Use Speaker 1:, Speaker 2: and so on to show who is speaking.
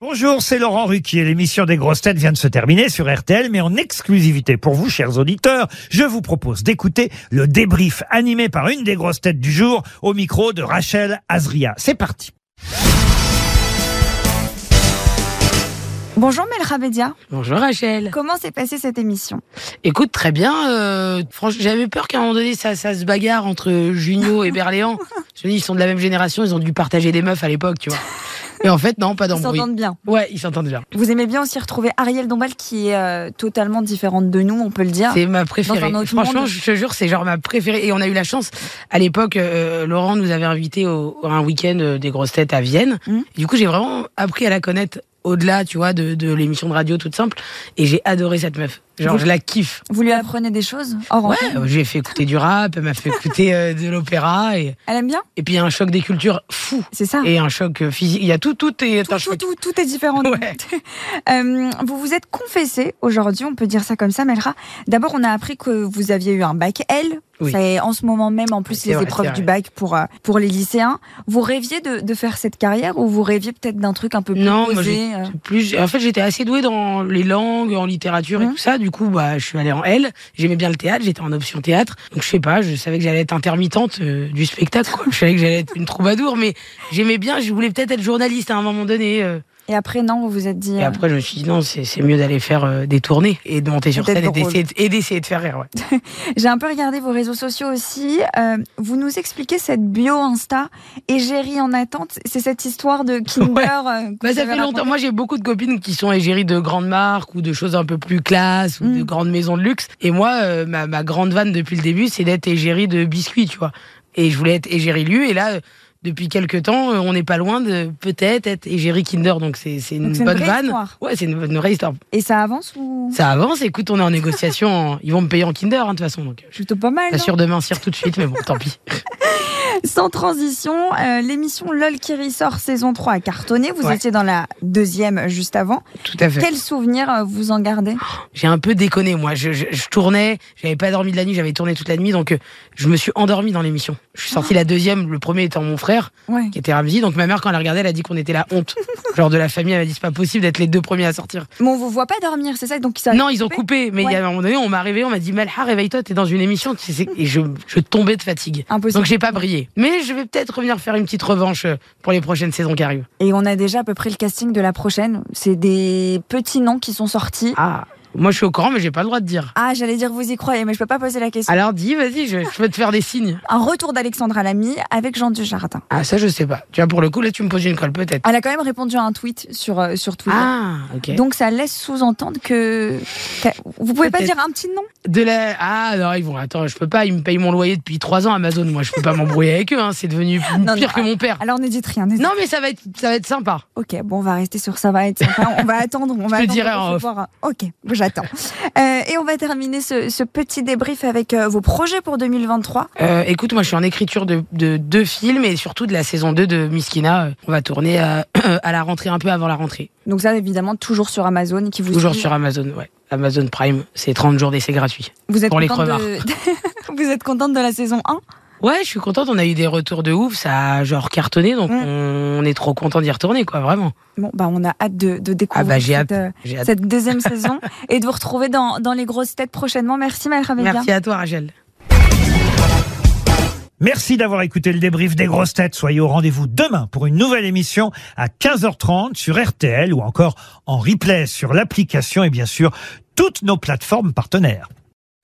Speaker 1: Bonjour, c'est Laurent Ruquier. L'émission des grosses têtes vient de se terminer sur RTL, mais en exclusivité pour vous, chers auditeurs, je vous propose d'écouter le débrief animé par une des grosses têtes du jour au micro de Rachel Azria. C'est parti.
Speaker 2: Bonjour Melrabedia,
Speaker 3: Bonjour Rachel.
Speaker 2: comment s'est passée cette émission
Speaker 3: Écoute, très bien. euh, franchement, j'avais peur qu'à un moment donné, ça, ça se bagarre entre Junio et Berléand. Je me dis, ils sont de la même génération, ils ont dû partager des meufs à l'époque, tu vois. Et en fait, non, pas
Speaker 2: Ils
Speaker 3: d'embrouille.
Speaker 2: s'entendent bien.
Speaker 3: Ouais, ils s'entendent bien.
Speaker 2: Vous aimez bien aussi retrouver Ariel Dombal qui est euh, totalement différente de nous, on peut le dire.
Speaker 3: C'est ma préférée.
Speaker 2: Ah. Dans un autre
Speaker 3: Franchement,
Speaker 2: monde.
Speaker 3: je te jure, c'est genre ma préférée. Et on a eu la chance. À l'époque, euh, Laurent nous avait invités au, à un week-end euh, des grosses têtes à Vienne.
Speaker 2: Mhm.
Speaker 3: Du coup, j'ai vraiment appris à la connaître au-delà, tu vois, de, de l'émission de radio toute simple. Et j'ai adoré cette meuf. Genre,
Speaker 2: Vous-
Speaker 3: je la kiffe.
Speaker 2: Vous lui apprenez des choses hors
Speaker 3: Ouais,
Speaker 2: antenne.
Speaker 3: Euh, j'ai fait écouter du rap, elle m'a fait écouter euh, de l'opéra et,
Speaker 2: Elle aime bien
Speaker 3: et puis il y a un choc des cultures fou
Speaker 2: C'est ça
Speaker 3: et un choc physique. Il y a tout, tout est un
Speaker 2: tout, tout,
Speaker 3: choc.
Speaker 2: tout, tout est différent. de nous.
Speaker 3: Ouais.
Speaker 2: Euh, vous vous êtes confessé aujourd'hui, on peut dire ça comme ça, Melra. D'abord, on a appris que vous aviez eu un bac L.
Speaker 3: Oui.
Speaker 2: C'est en ce moment même, en plus,
Speaker 3: C'est
Speaker 2: les
Speaker 3: vrai,
Speaker 2: épreuves
Speaker 3: c'est
Speaker 2: du
Speaker 3: vrai.
Speaker 2: bac pour, euh, pour les lycéens. Vous rêviez de, de faire cette carrière ou vous rêviez peut-être d'un truc un peu plus
Speaker 3: Non, moi,
Speaker 2: posé euh,
Speaker 3: Plus, en fait, j'étais assez douée dans les langues, en littérature et
Speaker 2: Mhm.
Speaker 3: tout ça. Du coup, bah, je suis allée en L. J'aimais bien le théâtre. J'étais en option théâtre. Donc, je sais pas, je savais que j'allais être intermittente euh, du spectacle. Quoi. Je savais que j'allais être une troubadour, mais j'aimais bien. Je voulais peut-être être journaliste à un moment donné. euh.
Speaker 2: Et après, non, vous vous êtes dit.
Speaker 3: Et
Speaker 2: euh,
Speaker 3: après, je me suis dit non, c'est c'est mieux d'aller faire euh, des tournées et de monter sur
Speaker 2: D'être
Speaker 3: scène et
Speaker 2: drôle.
Speaker 3: d'essayer de- et d'essayer de faire rire. Ouais.
Speaker 2: J'ai un peu regardé vos réseaux sociaux aussi. Euh, vous nous expliquez cette bio Insta Égérie en attente. C'est cette histoire de Kinder.
Speaker 3: Ouais.
Speaker 2: euh, que
Speaker 3: Bah,
Speaker 2: vous avez
Speaker 3: ça fait longtemps.
Speaker 2: racontée.
Speaker 3: Moi, j'ai beaucoup de copines qui sont égéries de grandes marques ou de choses un peu plus classe ou de
Speaker 2: Mm.
Speaker 3: grandes maisons de luxe. Et moi, euh, ma, ma grande vanne depuis le début, c'est d'être égérie de biscuits, tu vois. Et je voulais être égérie Lu. Et là, euh, depuis quelques temps, euh, on n'est pas loin de peut-être être égérie Kinder. Donc, c'est c'est une
Speaker 2: Donc, c'est
Speaker 3: bonne
Speaker 2: vraie
Speaker 3: vanne.
Speaker 2: histoire.
Speaker 3: Ouais, c'est une bonne vraie histoire.
Speaker 2: Et ça avance ou
Speaker 3: Ça avance. Écoute, on est en négociation. en- Ils vont me payer en Kinder, hein, de toute façon. Donc, je suis
Speaker 2: plutôt pas mal
Speaker 3: pas
Speaker 2: non
Speaker 3: sûre de mincir tout de suite, mais bon, tant pis.
Speaker 2: Sans transition, euh, l'émission LOL qui ressort saison 3 a cartonné. Vous
Speaker 3: Ouais.
Speaker 2: étiez dans la deuxième juste avant.
Speaker 3: Tout à fait.
Speaker 2: Quel souvenir euh, vous en gardez
Speaker 3: j'ai un peu déconné moi. Je, je, je tournais, j'avais pas dormi de la nuit, j'avais tourné toute la nuit, donc euh, je me suis endormie dans l'émission. Je suis sortie la deuxième, le premier étant mon frère
Speaker 2: ouais.
Speaker 3: qui était Ramzi. Donc ma mère quand elle a regardé, elle a dit qu'on était la honte, genre de la famille. Elle m'a dit c'est pas possible d'être les deux premiers à sortir.
Speaker 2: Mais on vous voit pas dormir, c'est ça Donc ça.
Speaker 3: non, ils ont coupé, mais il y a un moment donné, on m'a réveillé, on m'a dit Malha, réveille-toi, t'es dans une émission, Tu sais, et je, je tombais de fatigue.
Speaker 2: Impossible.
Speaker 3: Donc j'ai pas brillé, mais je vais peut-être revenir faire une petite revanche euh, pour les prochaines saisons qui arrivent.
Speaker 2: Et on a déjà à peu près le casting de la prochaine. C'est des petits noms qui sont sortis.
Speaker 3: Ah, moi je suis au courant, mais j'ai pas le droit de dire.
Speaker 2: Ah, j'allais dire vous y croyez, mais je peux pas poser la question.
Speaker 3: Alors dis, vas-y, je, je peux te faire des signes.
Speaker 2: Un retour d'Alexandra Lamy avec Jean Dujardin.
Speaker 3: Ah ça je sais pas. Tu vois pour le coup là tu me poses une colle peut-être.
Speaker 2: Elle a quand même répondu à un tweet sur, euh, sur Twitter.
Speaker 3: Ah, ok.
Speaker 2: Donc ça laisse sous-entendre que t'as- vous pouvez pas
Speaker 3: Peut-être.
Speaker 2: dire un petit nom.
Speaker 3: de la... Ah, non, ils vont. Attends, je peux pas. Ils me payent mon loyer depuis trois ans, Amazon. Moi, je peux pas m'embrouiller avec eux. hein. C'est devenu pire
Speaker 2: Non, non, ah,
Speaker 3: que mon père.
Speaker 2: Alors ne dites rien. ne dites-
Speaker 3: Non, mais ça va être, ça va être sympa.
Speaker 2: Ok, bon, on va rester sur ça. Va être sympa. On va attendre. On va
Speaker 3: te
Speaker 2: attendre
Speaker 3: dirai
Speaker 2: pour
Speaker 3: en off.
Speaker 2: pouvoir- Ok, j'attends. Euh, et on va terminer ce, ce petit débrief avec euh, vos projets pour 2023.
Speaker 3: Euh, écoute, moi, je suis en écriture de, de deux films et surtout de la saison 2 de Miskina. Euh, On va tourner à, à la rentrée, un peu avant la rentrée.
Speaker 2: Donc ça, évidemment, toujours sur Amazon, qui vous
Speaker 3: Toujours
Speaker 2: suit.
Speaker 3: sur Amazon, ouais. Amazon Prime, c'est 30 jours d'essai gratuit.
Speaker 2: Vous êtes
Speaker 3: pour les
Speaker 2: contente de... vous êtes contente de la saison 1
Speaker 3: Ouais, je suis contente. On a eu des retours de ouf. Ça a genre cartonné, donc
Speaker 2: Mm.
Speaker 3: on est trop content d'y retourner, quoi, vraiment.
Speaker 2: Bon, bah, on a hâte de, de découvrir
Speaker 3: Ah bah, j'ai
Speaker 2: cette,
Speaker 3: hâte.
Speaker 2: euh,
Speaker 3: J'ai hâte.
Speaker 2: cette deuxième saison et de vous retrouver dans, dans les grosses têtes prochainement. Merci, Malrabedia.
Speaker 3: Merci à toi, Rachel.
Speaker 1: Merci d'avoir écouté le débrief des grosses têtes. Soyez au rendez-vous demain pour une nouvelle émission à 15h30 sur RTL ou encore en replay sur l'application et bien sûr toutes nos plateformes partenaires.